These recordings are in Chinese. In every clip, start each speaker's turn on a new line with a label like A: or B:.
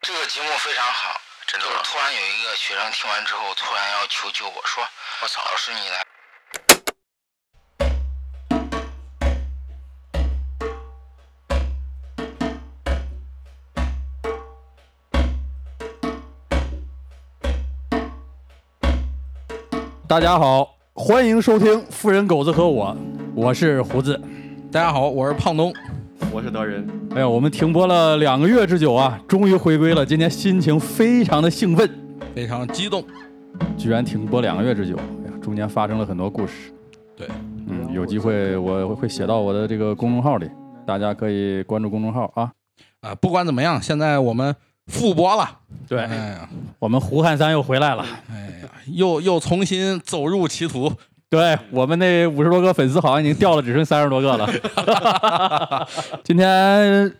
A: 个节目非常好，
B: 真的
A: 就是
B: 吗？
A: 突然有一个学生听完之后，突然要求救我说：“
B: 我操！
A: 老师，你来。”
C: 大家好，欢迎收听《富人狗子和我》，我是胡子。
D: 大家好，我是胖东。
B: 我是德仁，
C: 哎呀，我们停播了两个月之久啊，终于回归了。今天心情非常的兴奋，
D: 非常激动。
C: 居然停播两个月之久。哎呀，中间发生了很多故事。
D: 对，
C: 嗯，有机会我会写到我的这个公众号里，大家可以关注公众号啊。
D: 啊、不管怎么样，现在我们复播了。
C: 对
D: 哎呀，
C: 我们胡汉三又回来了。
D: 又又重新走入歧途。
C: 对我们那五十多个粉丝好像已经掉了，只剩三十多个了。 今天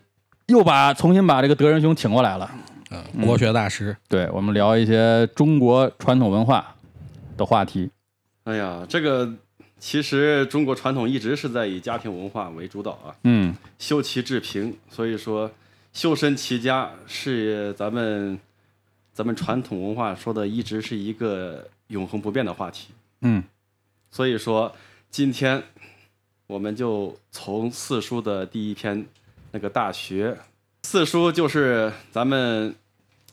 C: 又把重新把这个德仁兄请过来了。
D: 嗯，国学大师，
C: 对，我们聊一些中国传统文化的话题。
B: 哎呀，这个其实中国传统一直是在以家庭文化为主导啊，
C: 嗯，
B: 修齐治平，所以说修身齐家是咱们咱们传统文化说的，一直是一个永恒不变的话题。
C: 嗯，
B: 所以说今天我们就从四书的第一篇那个《大学》，四书就是咱们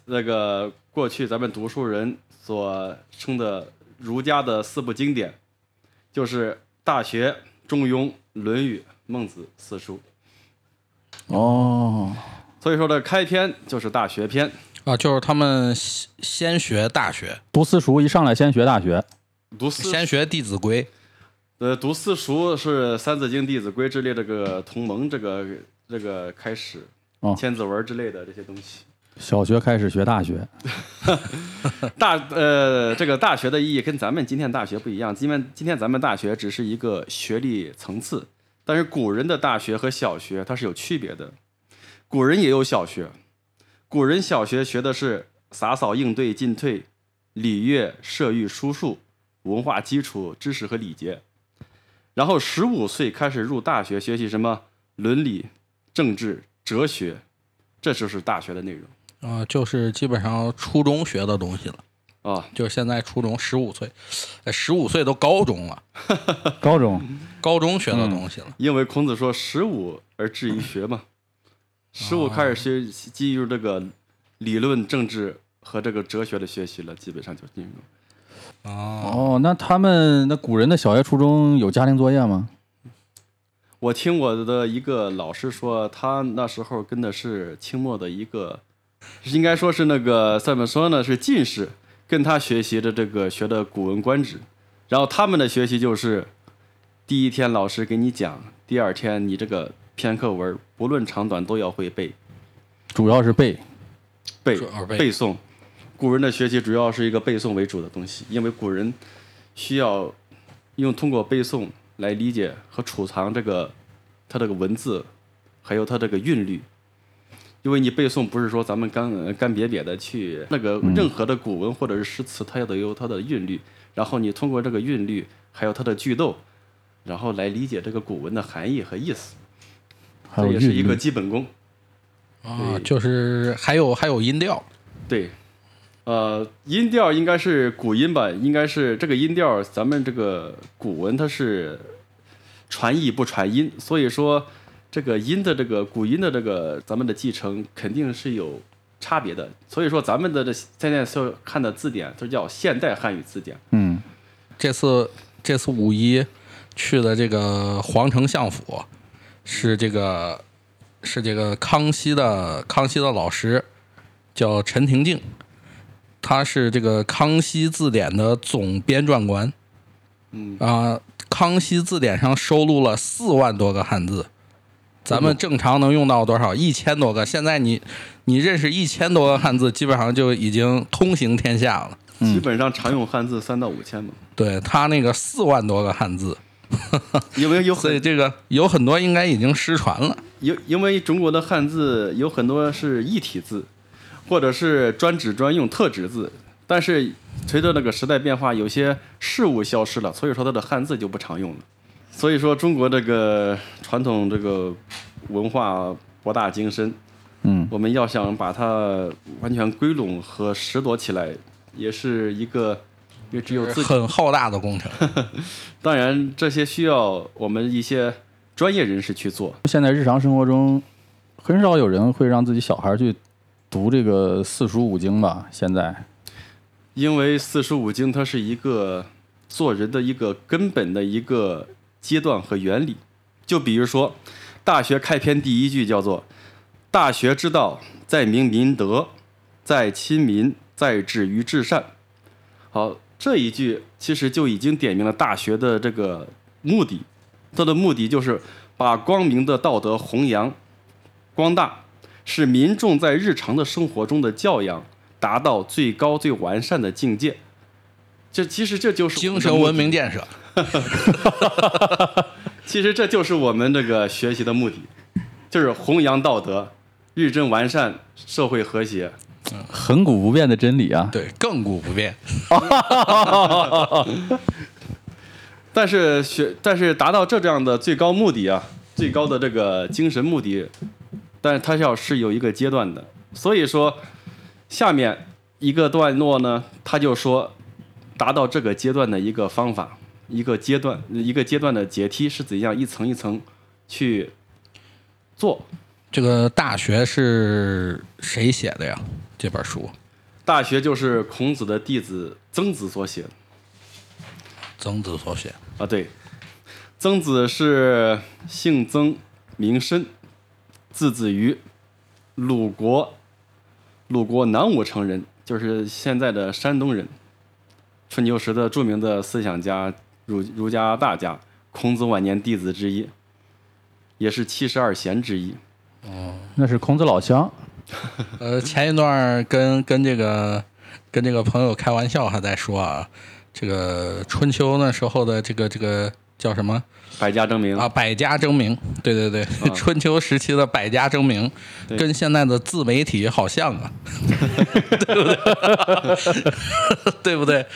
B: 那个过去咱们读书人所称的儒家的四部经典，就是《大学》《中庸》《论语》《孟子》四书。
C: 哦，
B: 所以说呢，开篇就是《大学》篇，
D: 啊，就是他们先先学大学，
C: 读私塾一上来先学大学。
B: 读四
D: 先学《弟子规》。
B: 呃，读四书是《三字经》《弟子规》之类这个同盟这个这个开始，
C: 哦
B: 千字文之类的这些东西。
C: 小学开始学大学，
B: 大呃，这个大学的意义跟咱们今天大学不一样。今天今天咱们大学只是一个学历层次，但是古人的大学和小学它是有区别的。古人也有小学，古人小学学的是洒扫应对进退、礼乐射御书数、文化基础知识和礼节。然后十五岁开始入大学学习什么伦理、政治、哲学，这就是大学的内容
D: 啊、就是基本上初中学的东西了，
B: 啊。
D: 就是现在初中十五岁，哎十五岁都高中了，
C: 高中
D: 高中学的东西了。
B: 因为孔子说“十五而志于学”嘛，十五开始学进入这个理论、政治和这个哲学的学习了，基本上就进入。
D: 啊，
C: 哦，那他们那古人的小学、初中有家庭作业吗？
B: 我听我的一个老师说，他那时候跟的是清末的一个，应该说是那个怎么说呢，是进士，跟他学习的这个学的《古文观止》，然后他们的学习就是，第一天老师给你讲，第二天你这个篇课文不论长短都要会背。
C: 主要是背。
B: 背
D: 主要背
B: 背诵。古人的学习主要是一个背诵为主的东西，因为古人需要用通过背诵来理解和储藏这个它这个文字，还有它这个韵律。因为你背诵不是说咱们干呃干瘪瘪的去那个
C: 嗯
B: 任何的古文或者是诗词，它也得有它的韵律，然后你通过这个韵律还有它的句逗，然后来理解这个古文的含义和意思，
C: 还
B: 这
C: 有
B: 也是
C: 韵
B: 一个
C: 律，
B: 基本功。
D: 啊，就是还有还有音调，
B: 对，呃，音调应该是古音吧，应该是这个音调，咱们这个古文它是传意不传音，所以说这个音的这个古音的这个咱们的继承肯定是有差别的，所以说咱们的这现在所看的字典，它叫现代汉语字典，
C: 嗯，
D: 这次这次五一去的这个皇城相府，是这个是这个康熙的康熙的老师叫陈廷敬，他是这个《康熙字典》的总编撰官。
B: 嗯
D: 啊，康熙字典》上收录了四万多个汉字。咱们正常能用到多少？一千多个。现在你你认识一千多个汉字，基本上就已经通行天下了。
B: 基本上常用汉字三到五千嘛，
D: 对他那个四万多个汉字，
B: 因为有
D: 所以
B: 很
D: 这个有很多应该已经失传了。
B: 因因为中国的汉字有很多是异体字，或者是专指专用特指字，但是随着那个时代变化，有些事物消失了，所以说它的汉字就不常用了。所以说中国这个传统这个文化博大精深，
C: 嗯
B: 我们要想把它完全归拢和拾掇起来，也是一个，也只有自己。
D: 很浩大的工程。
B: 当然，这些需要我们一些专业人士去做。
C: 现在日常生活中，很少有人会让自己小孩去读这个四书五经吧？现在，
B: 因为四书五经它是一个做人的一个根本的一个阶段和原理。就比如说，《大学》开篇第一句叫做“大学之道，在明民德，在亲民，在止于至善”。好，这一句其实就已经点明了《大学》的这个目的。它的目的就是把光明的道德弘扬、光大，使民众在日常的生活中的教养达到最高最完善的境界。这其实这就是我
D: 精
B: 们的
D: 神
B: 目
D: 文
B: 的
D: 明建设，
B: 其实这就是我们这个学习的目的，就是弘扬道德，日臻完善，社会和谐。
C: 恒古不变的真理啊！
D: 对，亘古不变。
B: 但是学，但是达到这这样的最高目的啊，最高的这个精神目的，但是它是要是有一个阶段的。所以说，下面一个段落呢，他就说，达到这个阶段的一个方法，一个阶段一个阶段的阶梯是怎样一层一层去做。
D: 这个大学是谁写的呀？这本书，
B: 大学就是孔子的弟子曾子所写的。
D: 曾子所写。
B: 啊，对，曾子是姓曾，名申，字子瑜，鲁国，鲁国南武城人，就是现在的山东人。春秋时的著名的思想家，儒儒家大家，孔子晚年弟子之一，也是七十二贤之一。
C: 那是孔子老乡，
D: 呃，前一段儿跟跟这个跟这个朋友开玩笑，还在说啊，这个春秋那时候的这个这个叫什么
B: 百家争鸣
D: 啊？，百家争鸣，对对对， 春秋时期的百家争鸣，
B: 啊对
D: 跟现在的自媒体好像 啊，对 不对？对不对？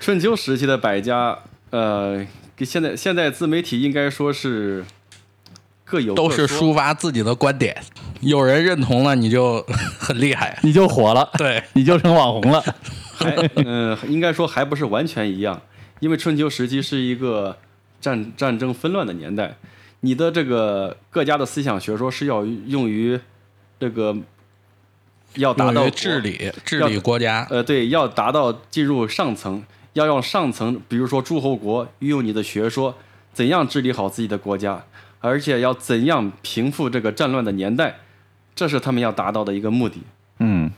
B: 春秋时期的百家，呃，跟现在现在自媒体应该说是各有
D: 都
B: 各
D: 是
B: 说
D: 抒发自己的观点，有人认同了你就 很厉害，
C: 你就火了，
D: 对，
C: 你就成网红了。
B: 还嗯、 应该说还不是完全一样，因为春秋时期是一个战战争纷乱的年代，你的这个各家的思想学说是要用于这个 要达
D: 用
B: 到
D: 于治理治
B: 要
D: 理国家，
B: 呃，对，要达到进入上层，要让上层，比如说诸侯国，运用你的学说，怎样治理好自己的国家，而且要怎样平复这个战乱的年代，这是他们要达到的一个目的。
C: 嗯，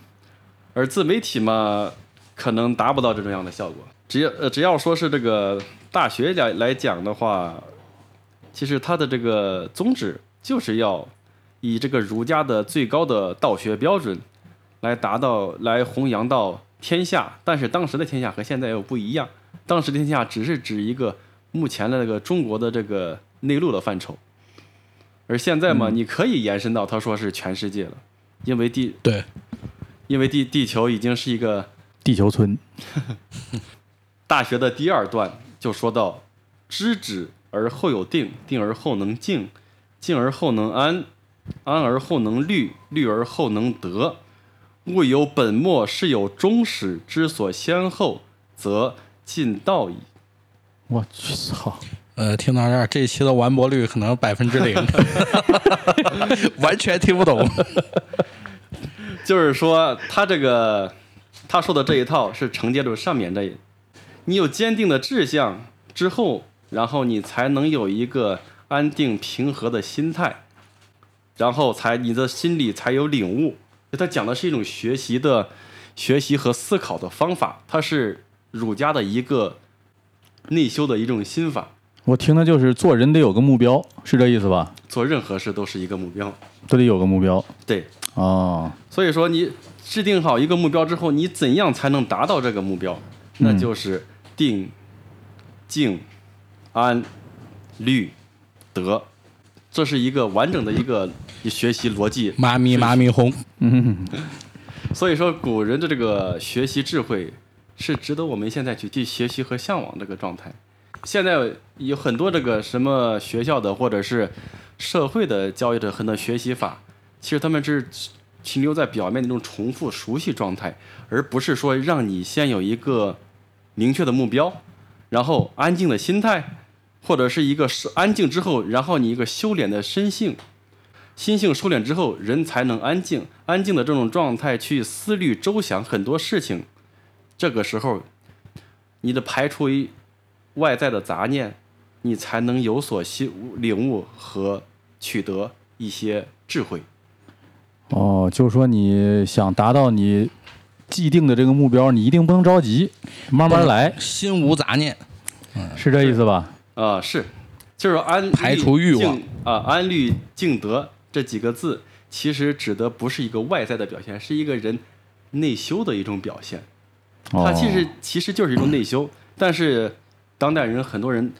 B: 而自媒体嘛，可能达不到这种样的效果。只要呃，只要说是这个大学来来讲的话，其实它的这个宗旨就是要以这个儒家的最高的道学标准来达到，来弘扬到天下。但是当时的天下和现在又不一样，当时的天下只是指一个目前的这个中国的这个内陆的范畴，而现在嘛，你可以延伸到他说是全世界了，因为地
D: 对，
B: 因为地地球已经是一个
C: 地球村，
B: 大学的第二段就说到：知止而后有定，定而后能静，静而后能安，安而后能虑，虑而后能得。物有本末，事有终始，知所先后，则近道矣。
C: 我去操！
D: 呃，听到这儿，这一期的完播率可能百分之 零，完全听不懂。
B: 就是说，他这个他说的这一套是承接着上面这一，你有坚定的志向之后，然后你才能有一个安定平和的心态，然后才你的心里才有领悟。他讲的是一种学习的学习和思考的方法，它是儒家的一个内修的一种心法，
C: 我听的就是做人得有个目标，是这意思吧？
B: 做任何事都是一个目标。
C: 都得有个目标
B: 对，
C: 哦。
B: 所以说，你制定好一个目标之后，你怎样才能达到这个目标？那就是定、静、安、虑、德，这是一个完整的一个学习逻辑。
D: 妈咪妈咪红，
B: 所以说，古人的这个学习智慧是值得我们现在去去学习和向往这个状态。现在有很多这个什么学校的或者是社会的教育的很多学习法，其实他们是停留在表面的那种重复熟悉状态，而不是说让你先有一个明确的目标，然后安静的心态，或者是一个是安静之后，然后你一个收敛的身性，心性收敛之后，人才能安静，安静的这种状态去思虑周详很多事情，这个时候，你的排除于外在的杂念，你才能有所吸领悟和取得一些智慧。
C: 哦，就是说你想达到你既定的这个目标，你一定不能着急，慢慢来，
D: 心无杂念，
C: 是这意思吧？
B: 啊、是，就是安
D: 排除欲望
B: 静啊、安律静德这几个字，其实指的不是一个外在的表现，是一个人内修的一种表现。
C: 哦
B: 它其实其实就是一种内修，但是当代人很多人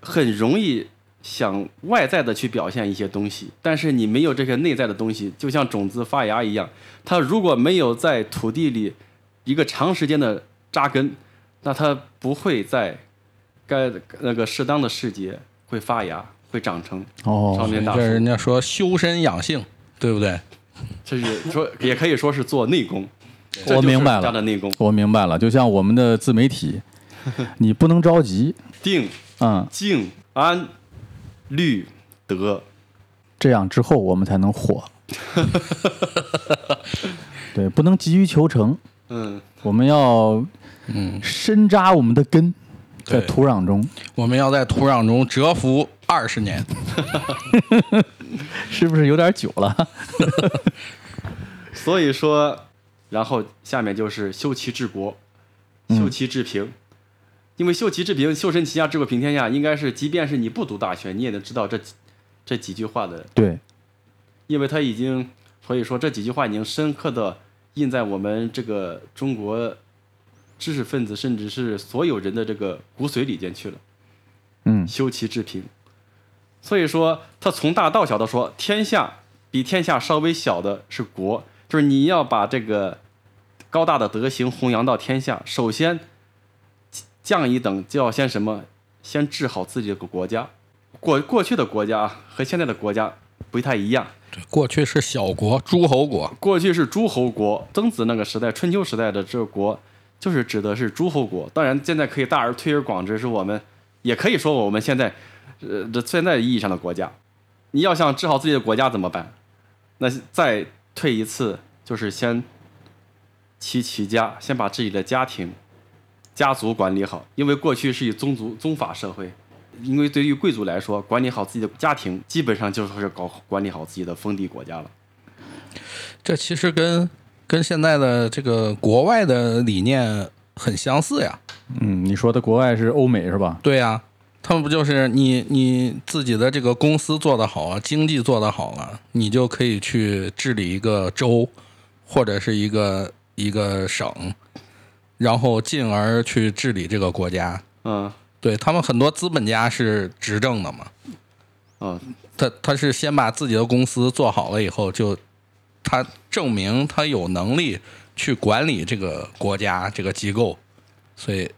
B: 很容易想外在的去表现一些东西，但是你没有这些内在的东西，就像种子发芽一样，它如果没有在土地里一个长时间的扎根，那它不会在该那个适当的时节会发芽，会长成少
C: 哦，
B: 年大
D: 这人
B: 树。
D: 家说修身养性，对不对？
B: 这是说也可以说是做内功，这
C: 我
B: 就是
C: 明白
B: 家
C: 了
B: 的内功，
C: 我明白了。就像我们的自媒 体，你不能着急，
B: 定
C: 嗯，
B: 静安律德。
C: 这样之后我们才能 火。对，不能急于求成，
B: 嗯，
C: 我们要
D: 嗯，
C: 深扎我们的根，在
D: 对
C: 土壤中，
D: 我们要在土壤中蛰伏二十年。
C: 是不是有点久了？
B: 所以说，然后下面就是修齐治国，
C: 嗯
B: 修齐治平。因为修齐治平，修身齐家治国平天下，应该是即便是你不读大学，你也能知道这几这几句话的，
C: 对，
B: 因为它已经，所以说这几句话已经深刻的印在我们这个中国知识分子甚至是所有人的这个骨髓里边去了。
C: 嗯，
B: 修齐治平。所以说，他从大到小的说，天下比天下稍微小的是国，就是你要把这个高大的德行弘扬到天下，首先降一等就要先什么？先治好自己的国家。过过去的国家啊和现在的国家不太一样，
D: 过去是小国，诸侯国，
B: 过去是诸侯国，曾子那个时代，春秋时代的这个国，就是指的是诸侯国。当然，现在可以大而推而广之，是我们也可以说我们现在，呃，这现在意义上的国家。你要想治好自己的国家怎么办？那再退一次，就是先齐齐家，先把自己的家庭、家族管理好，因为过去是以宗族宗法社会。因为对于贵族来说，管理好自己的家庭，基本上就是搞管理好自己的封地国家了。
D: 这其实跟跟现在的这个国外的理念很相似呀。
C: 嗯，你说的国外是欧美是吧？
D: 对呀、他们不就是你你自己的这个公司做得好啊，经济做得好了，你就可以去治理一个州或者是一个一个省，然后进而去治理这个国家。
B: 嗯，
D: 对他们很多资本家是执政的嘛，
B: 啊，
D: 他他是先把自己的公司做好了以后，就他证明他有能力去管理这个国家这个机构，所以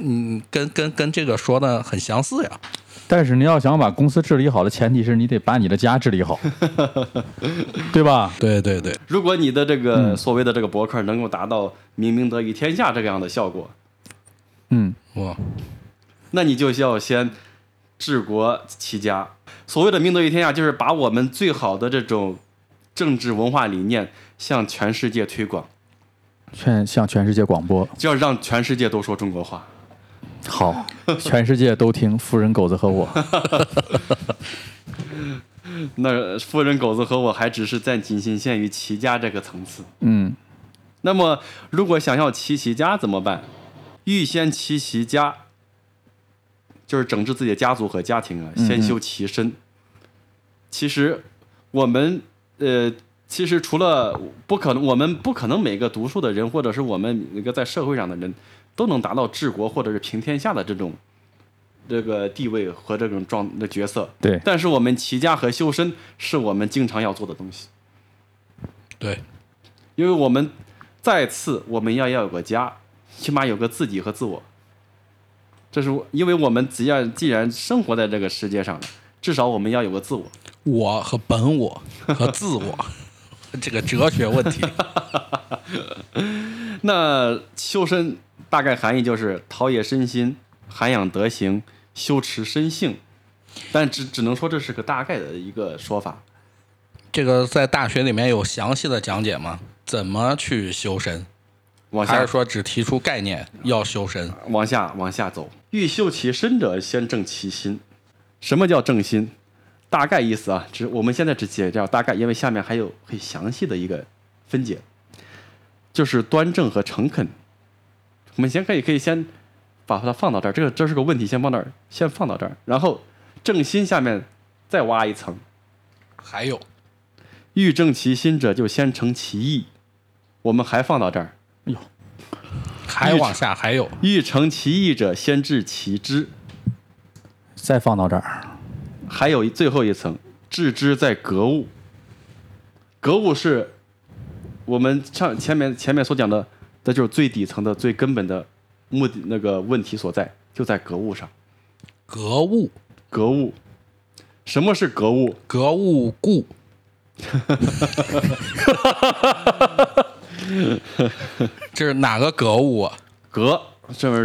D: 嗯，跟跟跟这个说的很相似呀。
C: 但是你要想把公司治理好的前提是你得把你的家治理 好，对吧？
D: 对对对，
B: 如果你的这个所谓的这个博客能够达到明明德于天下这个样的效果，
C: 嗯，
D: 哇，
B: 那你就需要先治国齐家。所谓的明德于天下，就是把我们最好的这种政治文化理念向全世界推广，
C: 全向全世界广播，
B: 就要让全世界都说中国话。
C: 好，全世界都听富人狗子和我。
B: 那富人狗子和我还只是在仅仅限于齐家这个层次。
C: 嗯，
B: 那么，如果想要齐齐家怎么办？预先齐齐家，就是整治自己的家族和家庭啊，先修齐身。其实我们呃，其实除了不可能，我们不可能每个读书的人，或者是我们每个在社会上的人，都能达到治国或者是平天下的这种这个地位和这种状的角色。
C: 对，
B: 但是我们齐家和修身是我们经常要做的东西。
D: 对，
B: 因为我们再次我们要要有个家，起码有个自己和自我。这是我因为我们只要既然生活在这个世界上了，至少我们要有个自我。
D: 我和本我和自我 这个哲学问 题。
B: 那修身大概含义就是陶冶身心、涵养德行、修持身性，但只只能说这是个大概的一个说法。
D: 这个在大学里面有详细的讲解吗？怎么去修身？
B: 往
D: 还
B: 下
D: 是说只提出概念要修身？
B: 往下往下走，欲修其身者，先正其心。什么叫正心？大概意思啊，只我们现在只解掉大概，因为下面还有很详细的一个分解，就是端正和诚恳。我们先可以可以先把它放到这儿，这个这是个问题，先放到这儿，先放到这儿，然后正心下面再挖一层，
D: 还有
B: 欲正其心者，就先诚其意。我们还放到这儿，
D: 还往下还有，
B: 欲诚其意者，先治其知。
C: 再放到这儿，
B: 还有一最后一层，置之在格物。格物是我们上前面前面所讲的，这就是最底层的、最根本的目的那个问题所在，就在格物上。
D: 格物，
B: 格物，什么是格物？
D: 格物 故，这是哪个格物啊？
B: 格，这边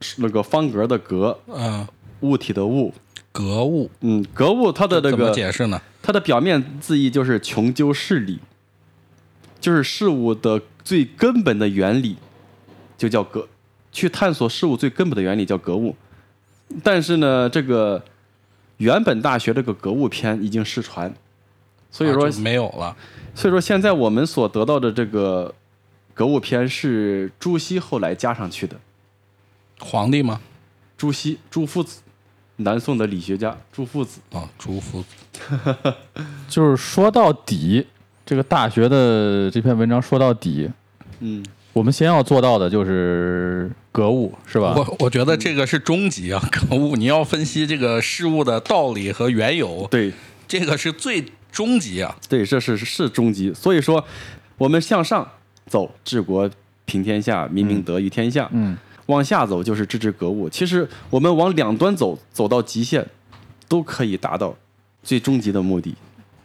B: 是那个方格的格，
D: 嗯，
B: 物体的物。
D: 格物
B: 嗯，格物它的那
D: 怎么
B: 个
D: 解释呢？
B: 它的表面字义就是穷究事理，就是事物的最根本的原理，就叫格，去探索事物最根本的原理叫格物。但是呢，这个原本大学这个格物篇已经失传，所以说、
D: 啊就没有了。
B: 所以说现在我们所得到的这个格物篇是朱熹后来加上去的。
D: 皇帝吗？
B: 朱熹，朱夫子，南宋的理学家朱夫子，
D: 啊，朱夫子
C: 就是说到底，这个大学的这篇文章说到底，
B: 嗯，
C: 我们先要做到的就是格物，是吧？
B: 啊
D: 我我觉得这个是终极啊，
B: 嗯
D: 格物，你要分析这个事物的道理和缘由，
B: 对，
D: 这个是最终极啊。
B: 对，这是是终极。所以说，我们向上走，治国平天下，民明德于天下；
C: 嗯，
B: 往下走就是治之格物。其实我们往两端走，走到极限，都可以达到最终极的目的。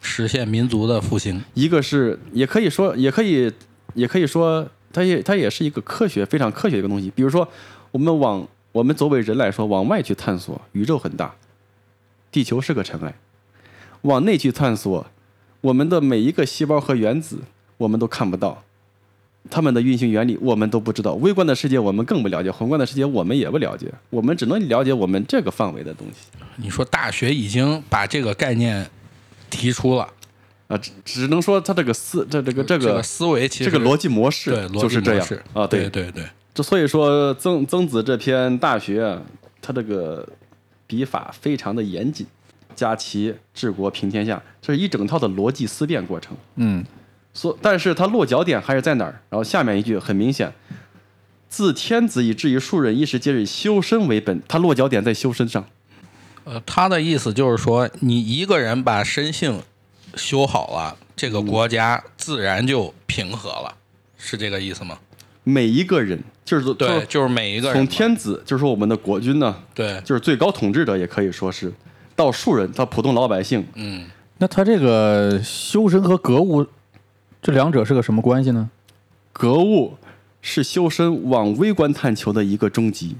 D: 实现民族的复兴，
B: 一个是，也可以说，也可以，也可以说，它也它也是一个科学非常科学的一个东西。比如说，我们往我们作为人来说，往外去探索，宇宙很大，地球是个尘埃；往内去探索，我们的每一个细胞和原子，我们都看不到，它们的运行原理我们都不知道。微观的世界我们更不了解，宏观的世界我们也不了解，我们只能了解我们这个范围的东西
D: 你说大学已经把这个概念提出了，
B: 啊，只只能说它这个思这这个这个
D: 思维其
B: 这
D: 实
B: 个逻辑模式
D: 对逻辑
B: 就是这
D: 模
B: 样
D: 式
B: 啊，
D: 对对对，
B: 这所以说曾曾子这篇《大学》啊，他这个笔法非常的严谨，家齐治国平天下，这是一整套的逻辑思辨过程。
C: 嗯，
B: 所，但是它落脚点还是在哪儿？然后下面一句很明显：自天子以至于庶人，衣食皆以修身为本。它落脚点在修身上。
D: 呃，他的意思就是说，你一个人把身性修好了，这
B: 嗯
D: 个国家自然就平和了，是这个意思吗？
B: 每一个人就是说
D: 对，就是每一个人
B: 从
D: 嘛
B: 天子，就是说我们的国君呢，
D: 对
B: 就是最高统治者，也可以说是到庶人，到普通老百姓，
C: 那他这个修身和格物这两者是个什么关系呢？
B: 格物是修身往微观探求的一个终极，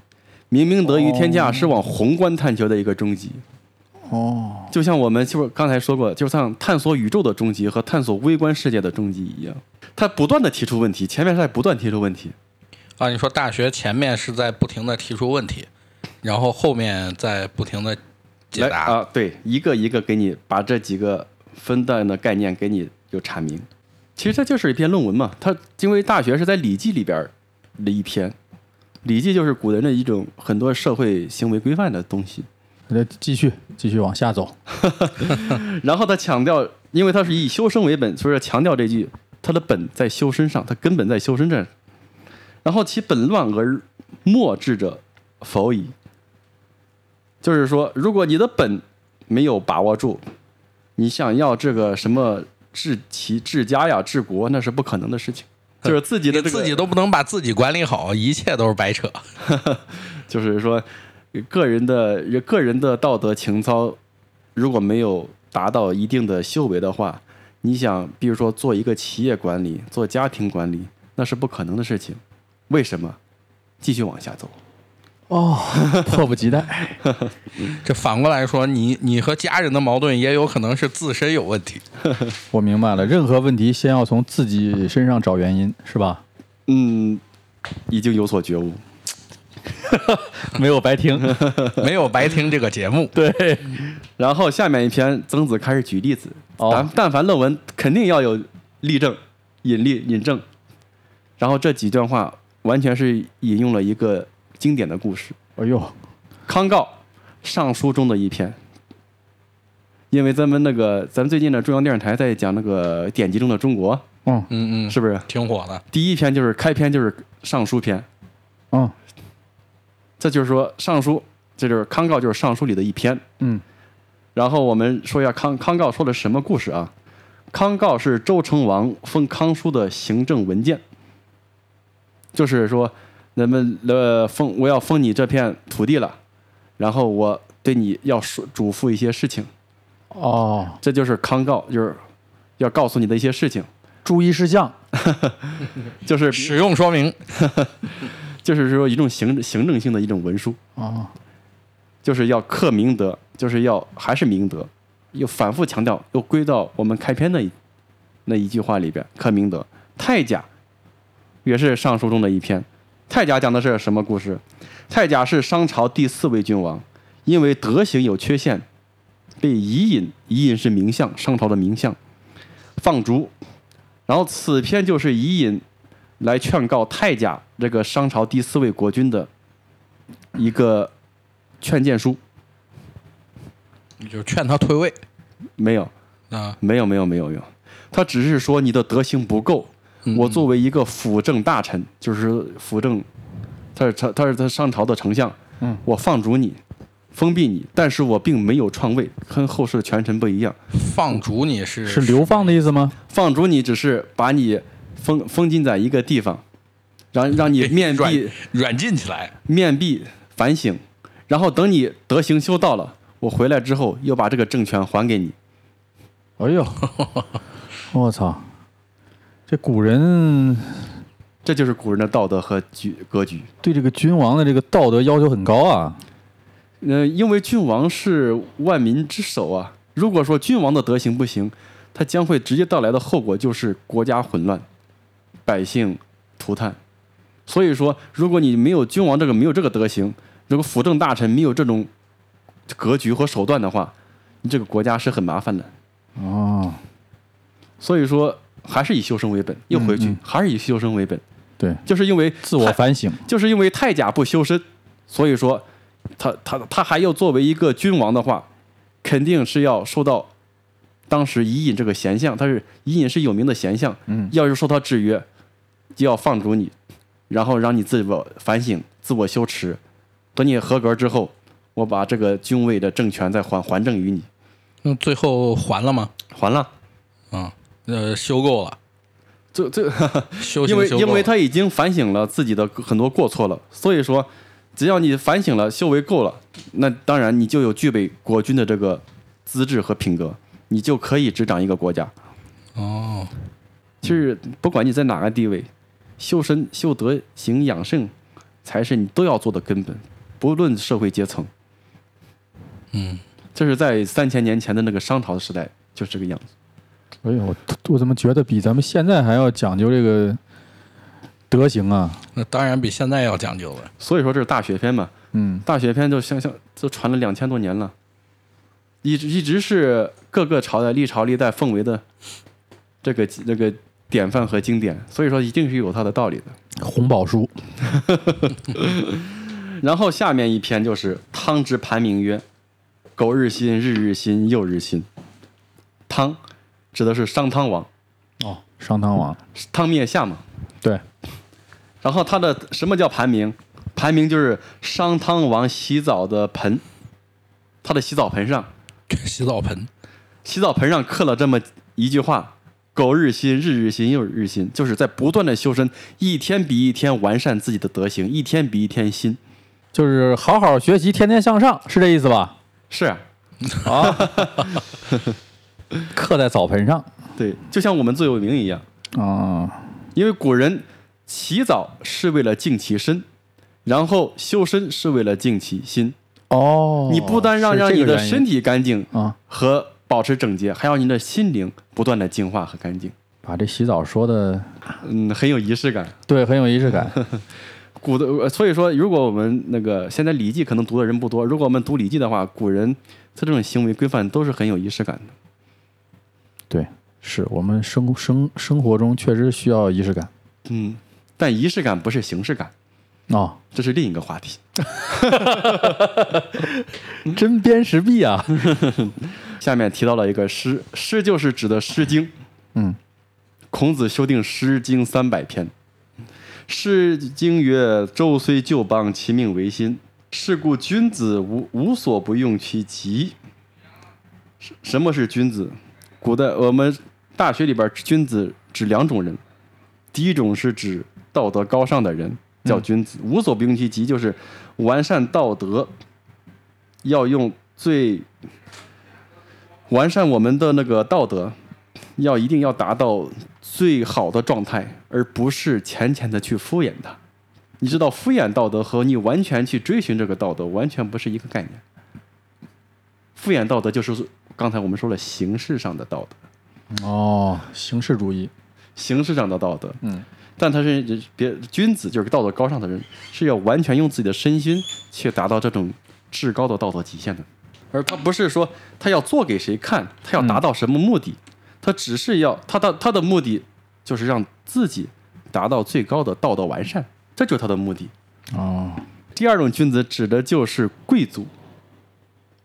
B: 明明德于天下是往宏观探求的一个终极。
C: 哦，
B: 就像我们就是刚才说过，就像探索宇宙的终极和探索微观世界的终极一样，他不断的提出问题，前面是在不断提出问题。
D: 啊，你说大学前面是在不停的提出问题，然后后面在不停的解
B: 来
D: 答。
B: 啊，对，一个一个给你把这几个分段的概念给你有阐明。其实它就是一篇论文嘛，它因为大学是在《礼记》里边儿的一篇，《礼记》就是古人的一种很多社会行为规范的东西。
C: 那继续继续往下走。
B: 然后他强调，因为他是以修身为本，所以说强调这句，他的本在修身上，他根本在修身这儿。然后其本乱而末治者否矣。就是说，如果你的本没有把握住，你想要这个什么治其治家呀、治国，那是不可能的事情。就是自己
D: 你
B: 的这个，
D: 自己都不能把自己管理好，一切都是白扯。
B: 就是说，个人的个人的道德情操如果没有达到一定的修为的话，你想，比如说做一个企业管理、做家庭管理，那是不可能的事情。为什么？继续往下走。
C: 哦，迫不及待。
D: 这反过来说，你你和家人的矛盾也有可能是自身有问题。
C: 我明白了，任何问题先要从自己身上找原因，是吧？
B: 嗯，已经有所觉悟。
C: 没有白听。
D: 没有白听这个节 目，
C: 对，
B: 然后下面一篇，曾子开始举例子。
C: 哦
B: 咱但凡论文肯定要有例证、引例、引证。然后这几段话完全是引用了一个经典的故事。
C: 哎呦，
B: 康诰《尚书》中的一篇。因为咱们那个，咱们最近的中央电视台在讲那个典籍中的中国，
C: 嗯
D: 嗯嗯，
B: 是不是？
D: 挺火的。
B: 第一篇就是开篇就是《尚书》篇，
C: 嗯
B: 这就是说《尚书》，这就是康诰，就是《尚书》里的一篇。
C: 嗯，
B: 然后我们说一下康康诰说的什么故事啊？康诰是周成王封康叔的行政文件，就是说，咱们呃封我要封你这片土地了，然后我对你要说嘱咐一些事情，
C: 哦，
B: 这就是康诰，就是要告诉你的一些事情，
C: 注意事项。
B: 就是
D: 使用说明，
B: 就是说一种行行政性的一种文书，
C: 哦，
B: 就是要克明德，就是要还是明德，又反复强调，又归到我们开篇那一那一句话里边，克明德。太甲也是《尚书》中的一篇。太甲讲的是什么故事？太甲是商朝第四位君王，因为德行有缺陷，被伊尹，伊尹是名相，商朝的名相，放逐。然后此篇就是伊尹来劝告太甲这个商朝第四位国君的一个劝谏书。
D: 你就劝他退位
B: 没有，
D: 啊。
B: 没有，没有，没有，没有。他只是说你的德行不够。我作为一个辅政大臣，就是辅政，他是他他是他上朝的丞相，
C: 嗯，
B: 我放逐你，封闭你，但是我并没有篡位，跟后世的权臣不一样。
D: 放逐你是
C: 是流放的意思吗？
B: 放逐你只是把你封封禁在一个地方，让让你面
D: 软
B: 壁
D: 软禁起来，
B: 面壁反省，然后等你德行修到了，我回来之后又把这个政权还给你。
C: 哎呦， 我操，这古人
B: 这就是古人的道德和局格局。
C: 对这个君王的这个道德要求很高啊。
B: 呃，因为君王是万民之首啊。如果说君王的德行不行，他将会直接带来的后果就是国家混乱，百姓涂炭。所以说，如果你没有君王这个没有这个德行，如果辅政大臣没有这种格局和手段的话，你这个国家是很麻烦的。
C: 哦，
B: 所以说，还是以修身为本。又回去，
C: 嗯嗯
B: 还是以修身为本，
C: 对，
B: 就是因为
C: 自我
B: 太
C: 反省。
B: 就是因为太甲不修身，所以说他他他还要作为一个君王的话，肯定是要受到当时伊尹这个贤相，他是伊尹是有名的贤相，
C: 嗯，
B: 要是受他制约，就要放逐你，然后让你自我反省、自我羞耻，等你合格之后，我把这个君位的政权再还还政于你，
D: 那最后还了吗？
B: 还了。
D: 啊，呃，修够了，
B: 这这，
D: 修
B: 因
D: 行
B: 为
D: 修够
B: 因为
D: 了
B: 他已经反省了自己的很多过错了，所以说，只要你反省了，修为够了，那当然你就有具备国君的这个资质和品格，你就可以执掌一个国家。
D: 哦，
B: 其实不管你在哪个地位，修身、修德、行养圣，才是你都要做的根本，不论社会阶层。
D: 嗯，
B: 这是在三千年前的那个商朝时代就是这个样子。
C: 哎呦，我我怎么觉得比咱们现在还要讲究这个德行啊？
D: 那当然比现在要讲究了。
B: 所以说这是大学篇嘛，
C: 嗯，
B: 大学篇就像像就传了两千多年了，一直一直是各个朝代历朝历代奉为的这个这个典范和经典，所以说一定是有它的道理的。
C: 红宝书。
B: 然后下面一篇就是汤之盘名曰：“苟日新，日日新，又日新。”汤指的是商汤王，
C: 哦，商汤王。
B: 汤灭夏嘛。
C: 对，
B: 然后它的什么叫盘名？盘名就是商汤王洗澡的盆，他的洗澡盆上
D: 洗澡盆，
B: 洗澡盆上刻了这么一句话：“苟日新，日日新，又日新。”就是在不断的修身，一天比一天完善自己的德行，一天比一天新。
C: 就是好好学习，天天向上，是这意思吧？
B: 是啊，
C: 啊， 刻在澡盆上
B: 对，就像我们座右铭一样，
C: 啊，
B: 因为古人起早是为了静其身，然后修身是为了静其心。
C: 哦，
B: 你不单让
C: 是
B: 让
C: 这
B: 你
C: 个
B: 的
C: 原因
B: 身体干净
C: 啊，
B: 和保持整洁，还要你的心灵不断的净化和干净。
C: 把这洗澡说的
B: 嗯，很有仪式感。
C: 对，很有仪式感
B: 古的，呃所以说，如果我们那个现在《礼记》可能读的人不多，如果我们读《礼记》的话，古人他这种行为规范都是很有仪式感的。
C: 对，是我们生生生活中确实需要仪式感
B: 嗯，但仪式感不是形式感，
C: 哦，
B: 这是另一个话题。
C: 针砭时弊啊，
B: 下面提到了一个诗，诗就是指的《诗经》。
C: 嗯，
B: 孔子修订《诗经》三百篇。《诗经》曰：“周虽旧邦，其命维新。是故君子无无所不用其极。”什什么是君子？古代我们大学里边君子指两种人，第一种是指道德高尚的人叫君子，无所不用其极就是完善道德，要用最完善我们的那个道德，要一定要达到最好的状态，而不是浅浅的去敷衍它。你知道，敷衍道德和你完全去追寻这个道德完全不是一个概念。敷衍道德就是刚才我们说了形式上的道德，
C: 哦，形式主义，
B: 形式上的道德，
C: 嗯，
B: 但他是别君子，就是道德高尚的人，是要完全用自己的身心去达到这种至高的道德极限的。而他不是说他要做给谁看，他要达到什么目的，他只是要他的他的目的就是让自己达到最高的道德完善，这就是他的目的。
C: 哦，
B: 第二种君子指的就是贵族，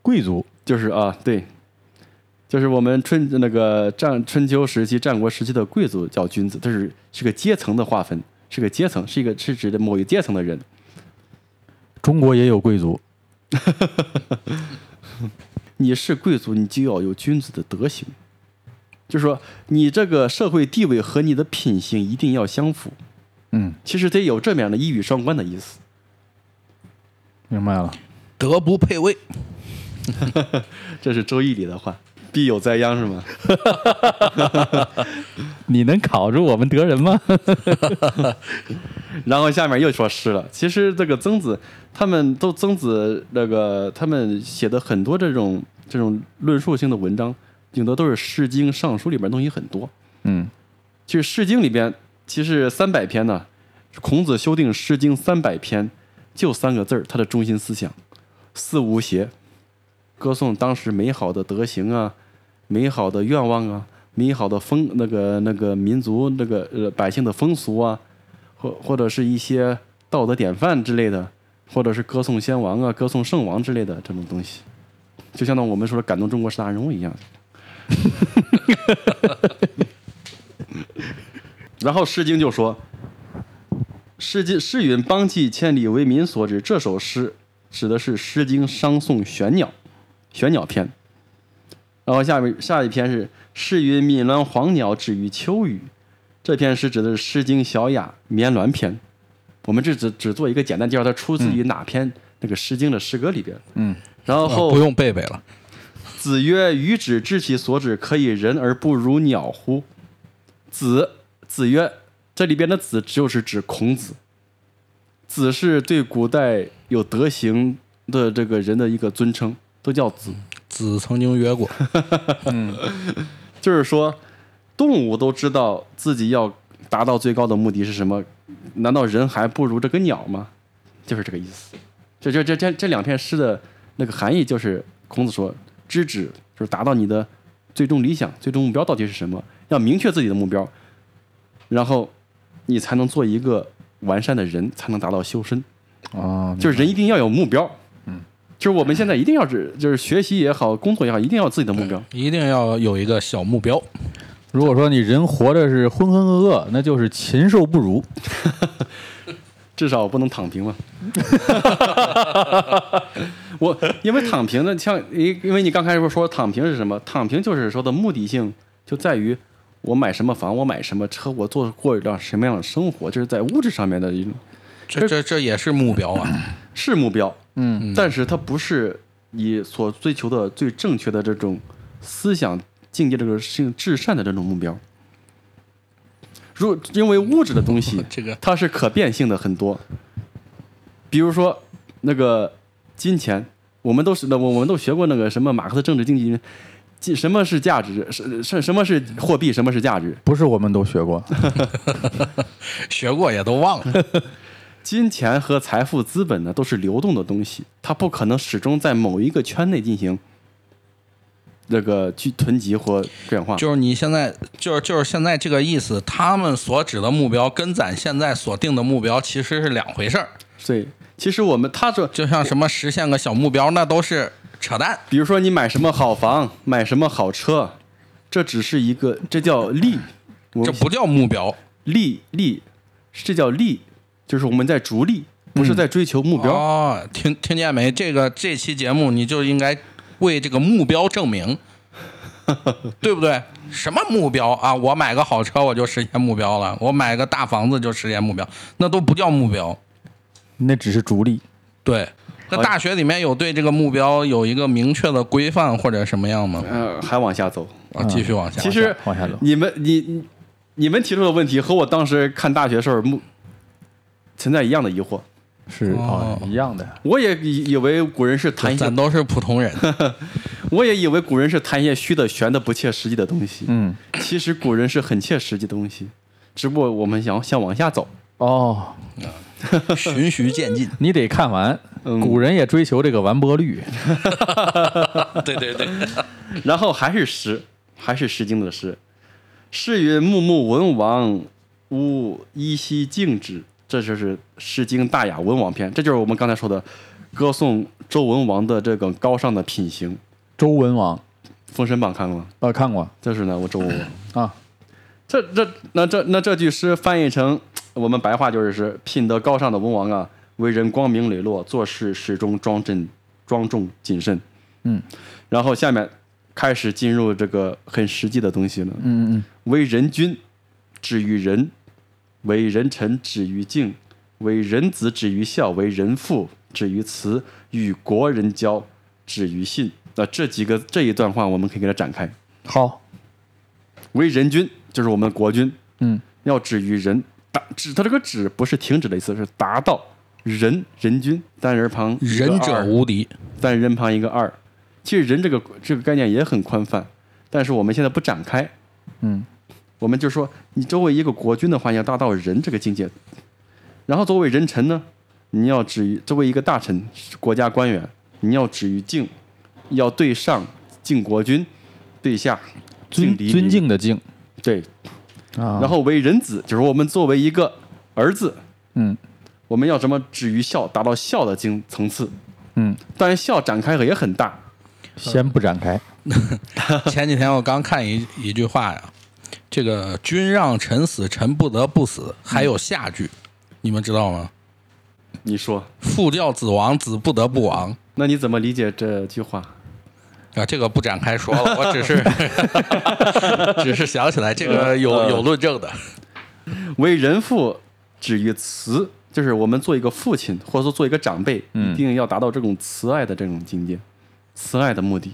C: 贵族
B: 就是啊，对，就是我们春那个战春秋时期、战国时期的贵族叫君子，这是是个阶层的划分，是个阶层，是一个是指的某一阶层的人。
C: 中国也有贵族，
B: 你是贵族，你就要有君子的德行，就是说你这个社会地位和你的品行一定要相符。
C: 嗯，
B: 其实得有这么样的一语双关的意思。
C: 明白了，
D: 德不配位，
B: 这是《周易》里的话，“必有灾殃”是吗？
C: 你能考住我们德人吗？
B: 然后下面又说诗了。其实这个曾子，他们都曾子那个他们写的很多这种这种论述性的文章，顶多都是《诗经》《尚书》里边的东西很多。
C: 嗯，
B: 就是《诗经》里边，其实三百篇呢，孔子修订《诗经》三百篇，就三个字儿，他的中心思想：四无邪，歌颂当时美好的德行啊，美好的愿望啊，美好的风那个那个民族那个呃百姓的风俗啊，或或者是一些道德典范之类的，或者是歌颂先王啊、歌颂圣王之类的这种东西，就像我们说的感动中国十大人物一样。 然后《诗经》就说：“诗经诗云‘邦畿千里，为民所指’。”这首诗指的是《诗经·商颂·玄鸟》玄鸟篇。然后下面下一篇是“诗云‘闽鸾黄鸟，止于秋雨’”，这篇诗指的是《诗经·小雅·绵鸾篇》。我们这只只做一个简单介绍，它出自于哪篇、那个《诗经》的诗歌里边。嗯。然
D: 啊
B: 后、
D: 不用贝贝了。
B: 子曰：“予止知其所止，可以人而不如鸟乎？”子子曰，这里边的子就是指孔子。子是对古代有德行的这个人的一个尊称，都叫子。
D: 子曾经约过，
B: 就是说，动物都知道自己要达到最高的目的是什么，难道人还不如这个鸟吗？就是这个意思。这这这这这两篇诗的那个含义就是，孔子说知止就是达到你的最终理想、最终目标到底是什么，要明确自己的目标，然后你才能做一个完善的人，才能达到修身。
C: 哦，
B: 就是人一定要有目标。就是我们现在一定要是就是学习也好，工作也好，一定要有自己的目标。
D: 一定要有一个小目标。
C: 如果说你人活着是浑浑噩噩，那就是禽兽不如。
B: 至少不能躺平嘛。 我因为躺平呢，像因因为你刚开始说躺平是什么？躺平就是说的目的性就在于我买什么房，我买什么车，我做过一段什么样的生活，这是在物质上面的一种
D: 这这这也是目标啊！
B: 是目标，
C: 嗯，
B: 但是它不是你所追求的最正确的这种思想境界，这个性至善的这种目标。如因为物质的东西
D: ，这个
B: 它是可变性的很多，比如说那个金钱，我们都是那我我们都学过那个什么马克思政治经济。即什么是价值？什什什么是货币？什么是价值？
E: 不是我们都学过，
D: 学过也都忘 了。
B: 金钱和财富、资本呢，都是流动的东西，它不可能始终在某一个圈内进行那个去囤积或转化。
D: 就是你现在，就是就是现在这个意思，他们所指的目标跟咱现在所定的目标其实是两回事儿。
B: 所以，其实我们他说，
D: 就像什么实现个小目标，那都是扯淡。
B: 比如说你买什么好房，买什么好车，这只是一个，这叫利，我
D: 这
B: 们
D: 不叫目标，
B: 利利，这叫利，就是我们在逐利，不是在追求目标。
D: 哦，听听见没？这个这期节目你就应该为这个目标证明，对不对？什么目标啊？我买个好车我就实现目标了，我买个大房子就实现目标，那都不叫目标。
E: 那只是逐利。
D: 对，那大学里面有对这个目标有一个明确的规范或者什么样吗？
B: 呃，还往下走。
D: 啊，继续往下。
B: 其实
E: 往下走
B: 你们你你你们提出的问题和我当时看大学时候目存在一样的疑惑。
E: 是
C: 啊
D: 哦
E: 哦，一样的。
B: 我也以以为古人是谈一些
D: 咱，都是普通人，
B: 我也以为古人是谈一些虚的、玄的、不切实际的东西。
E: 嗯，
B: 其实古人是很切实际的东西，只不过我们想想往下走。
E: 哦，
D: 循序渐进。
E: 你得看完。
B: 嗯
E: 古人也追求这个完播率，
D: 对对对，
B: 然后还是诗，还是《诗经》的诗。诗云：“穆穆文王，吾依稀敬之。”这就是《诗经·大雅·文王篇》，这就是我们刚才说的，歌颂周文王的这个高尚的品行。
E: 周文王
B: 《封神榜》看过吗？
C: 啊
E: 呃看过
B: 这是呢，我周文王。
E: 啊，
B: 这这那这那这句诗翻译成我们白话就是是品德高尚的文王啊，为人光明磊落，做事始终庄正庄重谨慎。
E: 嗯，
B: 然后下面开始进入这个很实际的东西了。
E: 嗯嗯
B: 为人君，止于仁；为人臣，止于敬；为人子，止于孝；为人父，止于慈；与国人交，止于信。那、这几个这一段话，我们可以给它展开。
E: 嗯，好，
B: 为人君就是我们的国君，
E: 嗯，
B: 要止于仁，达止，它这个止不是停止的意思，是达到仁人君单人旁一个
D: 仁者
B: 二
D: 无敌。
B: 单人旁一个二。其实人这个这个概念也很宽泛，但是我们现在不展开，
E: 嗯，
B: 我们就说你作为一个国君的话，你要达到仁这个境界，然后作为人臣呢，你要止于作为一个大臣、国家官员，你要止于敬，要对上敬国君，对下
E: 尊
B: 敬黎
E: 尊
B: 民
E: 敬的敬
B: 对
E: 啊，
B: 然后为人子，就是我们作为一个儿子，
E: 嗯
B: 我们要什么止于孝，达到孝的经层次。
E: 嗯，
B: 当然，孝展开也很大。
E: 先不展开，
D: 前几天我刚看一一句话呀，这个“君让臣死，臣不得不
B: 嗯
D: 死”，还有下句，你们知道吗？
B: 你说，
D: 父教子亡，子不得不亡。
B: 那你怎么理解这句话？
D: 啊，这个不展开说 了，我只是 只是想起来，这个
B: 嗯
D: 有有论证的。
B: 为人父，止于慈，就是我们做一个父亲，或者说做一个长辈，
E: 嗯
B: 一定要达到这种慈爱的这种境界，慈爱的目的。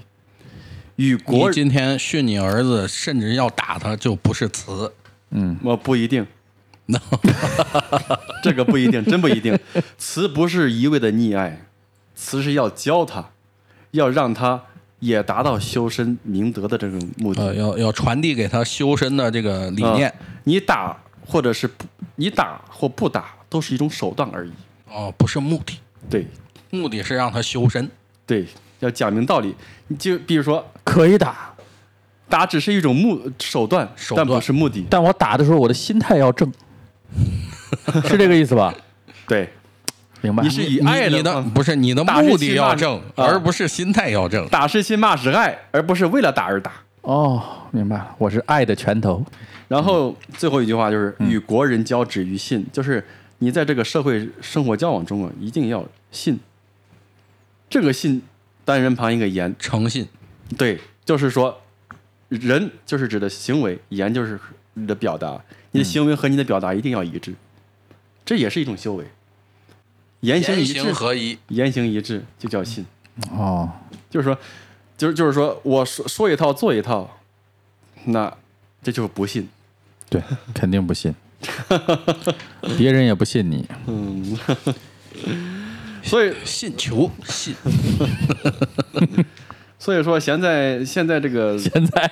B: 与
D: 你
B: 国
D: 今天训你儿子，甚至要打他，就不是慈。
B: 我呃不 一定，这个不一定，真不一定。慈不是一味的溺爱，慈是要教他，要让他也达到修身明德的这种目的。
D: 呃，要要传递给他修身的这个理念。
B: 啊你打或者是不，你打或不打都是一种手段而已。
D: 哦，不是目的，
B: 对
D: 目的是让他修身。
B: 对，要讲明道理。你就比如说，
E: 可以打，
B: 打只是一种目手段，
D: 手
B: 但不
D: 段
B: 是目的。
E: 但我打的时候我的心态要 正，是这个意思吧？
B: 对，
E: 明白？
B: 你是以
D: 你
B: 爱
D: 你
B: 的
D: 的
B: 方
D: 不是你的
B: 打是
D: 目
B: 亲
D: 的要
B: 骂
D: 正，
B: 啊
D: 而不是心态要正。
B: 打是亲，骂是爱，而不是为了打而打。
E: 哦，明白了，我是爱的拳头，
B: 然后最后一句话就是“与国人交，止于信”，就是你在这个社会生活交往中啊，一定要信。这个“信”单人旁一个“言
D: 诚信，”，
B: 对，就是说，人就是指的行为，言就是你的表达，你的行为和你的表达一定要一致，哎这也是一种修为。言行一致，
D: 合一。
B: 言行一致就叫信。
E: 哦，
B: 就是说，就是就是说，我说说一套做一套，那这就是不信。
E: 对，肯定不 信，别人也不信你。
B: 嗯，所以
D: 信球信，
B: 所以说现在现在这个
C: 现在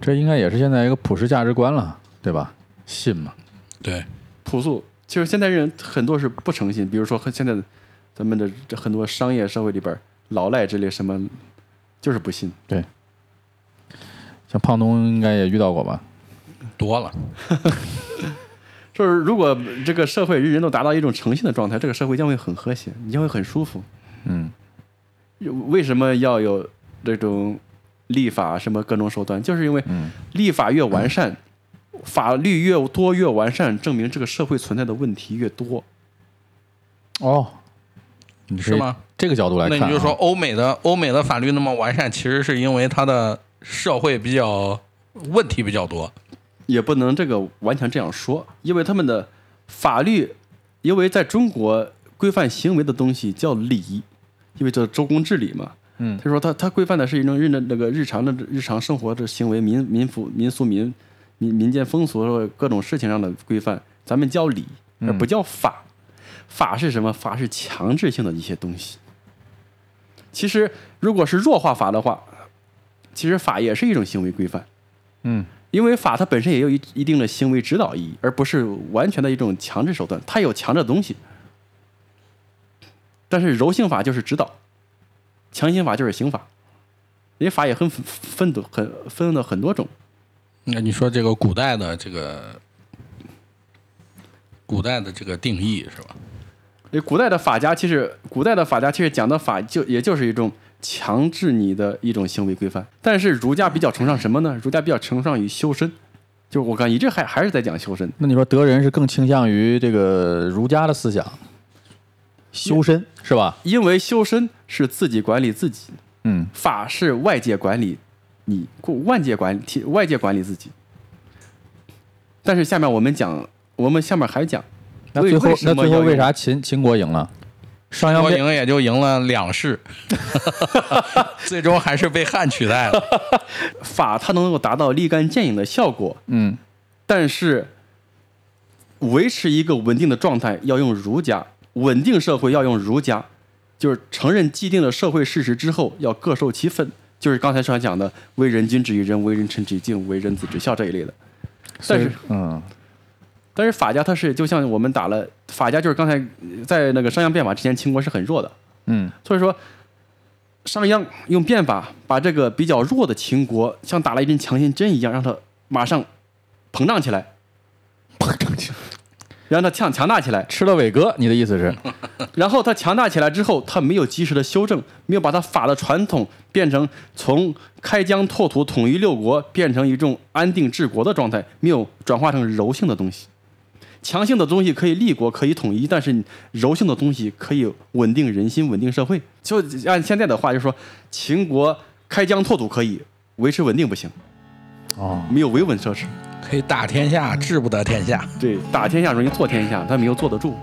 E: 这应该也是现在一个普世价值观了，对吧？信嘛，
D: 对，
B: 朴素，就是现在人很多是不诚信，比如说很现在咱们的这很多商业社会里边儿，老赖之类什么，就是不信。
E: 对。像胖东应该也遇到过吧？
D: 多了，
B: 就是如果这个社会人人都达到一种诚信的状态，这个社会将会很和谐，你将会很舒服。
E: 嗯，
B: 为什么要有这种立法什么各种手段？就是因为
C: 嗯
B: 立法越完善，法律越多越完善，证明这个社会存在的问题越多。
E: 哦，你
D: 是吗？
E: 这个角度来
D: 那
C: 啊
E: 看、啊
D: 你就说，欧美的欧美的法律那么完善，其实是因为它的社会比较问题比较多。
B: 也不能这个完全这样说，因为他们的法律，因为在中国规范行为的东西叫礼，因为叫周公治理嘛。
E: 嗯
B: 他说他他规范的是一种日的那个日常的日常生活的行为、民民服、民俗、民民民间风俗各种事情上的规范，咱们叫礼，而不叫法。法是什么？法是强制性的一些东西。其实，如果是弱化法的话，其实法也是一种行为规范。
E: 嗯，
B: 因为法它本身也有一一定的行为指导意义，而不是完全的一种强制手段，它有强制的东西。但是柔性法就是指导，强行法就是刑法，因为法也很分分的很分了很多种。
D: 那你说这个古代的这个古代的这个定义是吧？
B: 因为古代的法家其实，古代的法家其实讲的法就也就是一种强制你的一种行为规范。但是儒家比较崇尚什么呢？儒家比较崇尚于修身，就是我感觉这还还是在讲修身。
E: 那你说德仁是更倾向于这个儒家的思想，修身是吧？
B: 因为修身是自己管理自己，
E: 嗯，
B: 法是外界管理你，故外界管理替外界管理自己。但是下面我们讲，我们下面还讲，
E: 那
B: 为
E: 最后
B: 为什
E: 那
B: 么
E: 最后
B: 要
E: 为
B: 用
E: 啥秦秦国赢了？商
C: 哎
E: 鞅
D: 郭
E: 变
D: 赢也就赢了两世，最终还是被汉取代了。
B: 法它能够达到立竿见影的效果？
E: 嗯
B: 但是维持一个稳定的状态要用儒家，稳定社会要用儒家，就是承认既定的社会事实之后要各受其分，就是刚才上讲的“为人君之以仁，为人臣之以敬，为人子之孝”这一类的。但是
E: 嗯
B: 但是法家它是就像我们打了法家，就是刚才呃在那个商鞅变法之前，秦国是很弱的，
E: 嗯
B: 所以说商鞅用变法把这个比较弱的秦国像打了一针强心针一样，让它马上膨胀起来，
E: 砰正经
B: 让它强强大起来。
E: 吃了伟哥，你的意思 是？
B: 然后它强大起来之后，它没有及时的修正，没有把它法的传统变成从开疆拓土、统一六国变成一种安定治国的状态，没有转化成柔性的东西。强性的东西可以立国，可以统一，但是柔性的东西可以稳定人心、稳定社会。就按现在的话，就是说，秦国开疆拓土可以，维持稳定不行，
E: 哦，
B: 没有维稳设施。
D: 可以打天下，治不得天下。
B: 对，打天下容易做天下，他没有坐得住。